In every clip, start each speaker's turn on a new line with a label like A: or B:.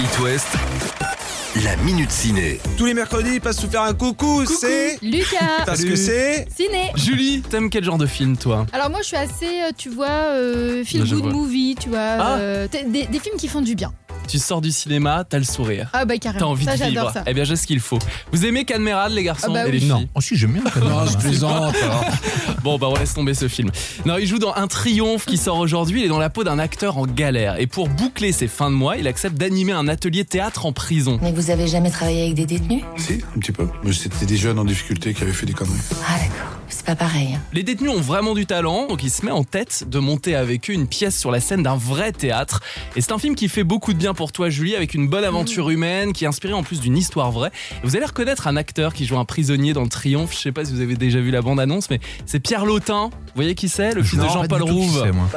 A: It West, la minute ciné.
B: Tous les mercredis, il passe sous faire un coucou, c'est
C: Lucas
B: parce
D: Salut.
B: que c'est
C: Ciné
D: Julie, t'aimes quel genre de film, toi
C: Alors moi je suis assez, euh, tu vois, euh, feel
D: Là, je
C: good
D: vois.
C: movie, tu vois,
D: Ah.
C: euh, t'es- des, des films qui font du bien.
D: Tu sors du cinéma, t'as le sourire.
C: Ah bah carrément,
D: T'as envie
C: ça
D: de vivre.
C: j'adore ça.
D: Eh bien, j'ai ce qu'il faut. Vous aimez Cadmerade, les garçons
C: Ah bah
D: et les
C: oui.
D: filles
E: Oh si, j'aime bien. quand même.
B: je plaisante.
D: Bon, bah on laisse tomber ce film. Non, il joue dans Un Triomphe qui sort aujourd'hui. Il est dans la peau d'un acteur en galère. Et pour boucler ses fins de mois, il accepte d'animer un atelier théâtre en prison.
F: Mais vous avez jamais travaillé avec des détenus
G: Si, un petit peu. Mais c'était des jeunes en difficulté qui avaient fait des conneries.
F: Ah d'accord, c'est pas pareil. hein.
D: Les détenus ont vraiment du talent, donc il se met en tête de monter avec eux une pièce sur la scène d'un vrai théâtre. Et c'est un film qui fait beaucoup de bien pour toi, Julie, avec une bonne aventure
C: Mm.
D: humaine, qui est inspirée en plus d'une histoire vraie. Et vous allez reconnaître un acteur qui joue un prisonnier dans le Triomphe. Je sais pas si vous avez déjà vu la bande-annonce, mais c'est Pierre Lotin. Vous voyez qui c'est Le fils
E: Non,
D: de
E: pas
D: Jean-Paul
E: du tout qui
D: Rouve.
E: c'est, moi.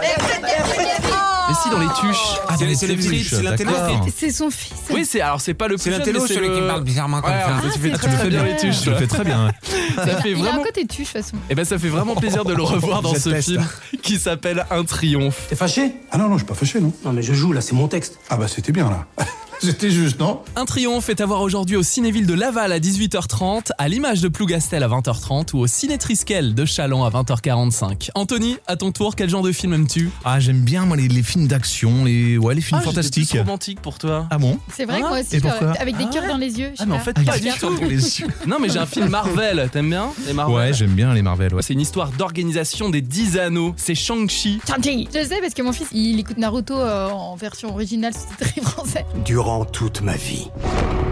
D: Mais si, dans les tuches.
E: Ah,
B: C'est-
E: dans les
B: c'est le
E: tuches,
B: petit- c'est l'intello.
E: d'accord.
C: C'est son fils.
D: Oui, c'est alors c'est pas le plus
B: C'est
D: jeune,
B: l'intello,
D: mais c'est
B: celui
D: le-
B: qui
E: parle bizarrement comme
D: Ouais,
E: ça.
D: alors,
C: Ah,
D: tu fais-
C: c'est
D: tu le fais
C: très
D: bien
C: bien.
D: les tuches.
E: Je le fais très bien. ouais.
D: Ça fait
C: il a
D: vraiment
C: un côté tuche de toute façon.
D: Eh ben ça fait vraiment plaisir de le revoir dans
B: Je
D: ce
B: déteste.
D: film qui s'appelle Un triomphe.
H: T'es fâché
G: Ah non, non, je suis pas fâché, non
H: Non mais je joue là, c'est mon texte.
G: Ah bah c'était bien, là. c'était juste, non
D: Un triomphe est à voir aujourd'hui au Cinéville de Laval à 18h30, à l'image de Plougastel à 20h30 ou au Ciné Triskel de Chaland à 20h45. Anthony, à ton tour, quel genre de film aimes-tu
E: Ah, j'aime bien moi les, les films d'action, les ouais les films
D: Ah,
E: fantastiques.
D: C'est romantique pour toi.
E: Ah bon
C: C'est vrai
D: Ah,
C: que moi aussi,
E: et
C: je- euh,
E: pourquoi
C: avec des
D: Ah
C: cœurs
D: ouais.
C: dans les yeux. je sais
D: Ah mais en
C: pas.
D: fait
E: Ah,
D: pas
E: il y
D: du
E: a
D: tout.
E: pour les yeux.
D: Non mais j'ai un film Marvel, t'aimes bien les Marvel
E: Ouais, j'aime bien les Marvel. Ouais.
D: C'est une histoire d'organisation des 10 anneaux, c'est Shang-Chi.
C: Je sais parce que mon fils, il écoute Naruto euh, en version originale sous-titrée français.
H: Durant toute ma vie,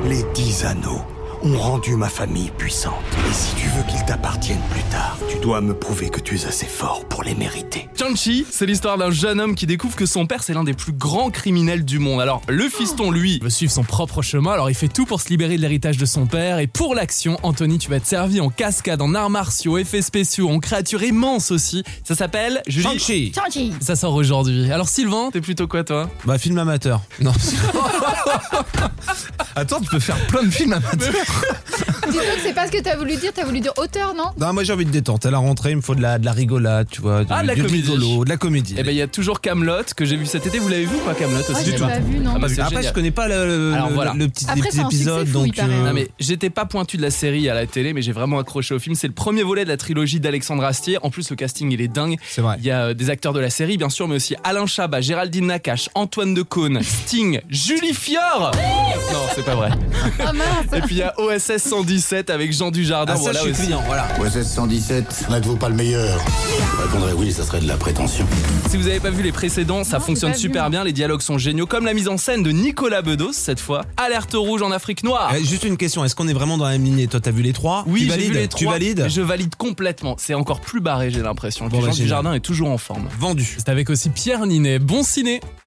H: les dix anneaux ont rendu ma famille puissante. Et si tu veux qu'ils t'appartiennent plus tard, tu dois me prouver que tu es assez fort pour les mériter.
D: Shang-Chi, c'est l'histoire d'un jeune homme qui découvre que son père c'est l'un des plus grands criminels du monde. Alors le fiston lui veut suivre son propre chemin, alors il fait tout pour se libérer de l'héritage de son père et pour l'action, Anthony tu vas être servi en cascade, en arts martiaux, effets spéciaux, en créatures immenses aussi. Ça s'appelle Julie.
B: Shang-Chi.
C: Shang-Chi
D: Ça sort aujourd'hui. Alors Sylvain, t'es plutôt quoi toi
B: Bah, film amateur. Non,
E: Attends, tu peux faire plein de films amateurs.
C: Dis donc, c'est pas ce que t'as voulu dire, t'as voulu dire auteur, non
B: non moi j'ai envie de détente. À la rentrée, il me faut de la, de la rigolade, tu vois.
D: Ah, de la
B: du
D: comédie.
B: rigolo, de la comédie.
D: Eh ben il y a toujours Camelot que j'ai vu cet été. Vous l'avez vu ou pas Camelot
C: Moi,
D: aussi
C: j'ai pas vu, non.
D: Ah bah, c'est
B: Après,
D: génial.
B: je connais pas le, le-
D: Alors,
B: le-
D: voilà.
B: le petit
C: Après, c'est un succès
B: épisode,
C: fou, il
B: donc. euh,
C: paraît.
D: Non mais j'étais pas pointu de la série à la télé, mais j'ai vraiment accroché au film. C'est le premier volet de la trilogie d'Alexandre Astier. En plus, le casting il est dingue.
B: C'est vrai.
D: Il y a euh, des acteurs de la série, bien sûr, mais aussi Alain Chabat, Géraldine Nakache, Antoine Decaune, Sting, Julie Fior. Non, c'est pas vrai.
C: Ah mince
D: Et puis il y a OSS 117 avec Jean Dujardin.
B: Ah, ça,
D: voilà
B: je suis
D: aussi.
B: client, voilà.
I: OSS 117, n'êtes-vous pas le meilleur Je répondrais oui, ça serait de la prétention.
D: Si vous avez pas vu les précédents, ça
C: Non, j'ai
D: fonctionne
C: pas vu,
D: super
C: moi.
D: bien. Les dialogues sont géniaux, comme la mise en scène de Nicolas Bedos cette fois. Alerte rouge en Afrique noire.
B: Eh, Juste une question, est-ce qu'on est vraiment dans la même lignée Toi, t'as vu les trois
D: Ah. Oui,
B: tu
D: j'ai
B: valides
D: vu les
B: Tu
D: trois.
B: valides
D: Je valide complètement. C'est encore plus barré, j'ai l'impression. Et puis
B: Bon, bah,
D: Jean
B: génial.
D: Dujardin est toujours en forme.
B: Vendu.
D: C'est avec aussi Pierre Ninet. Bon ciné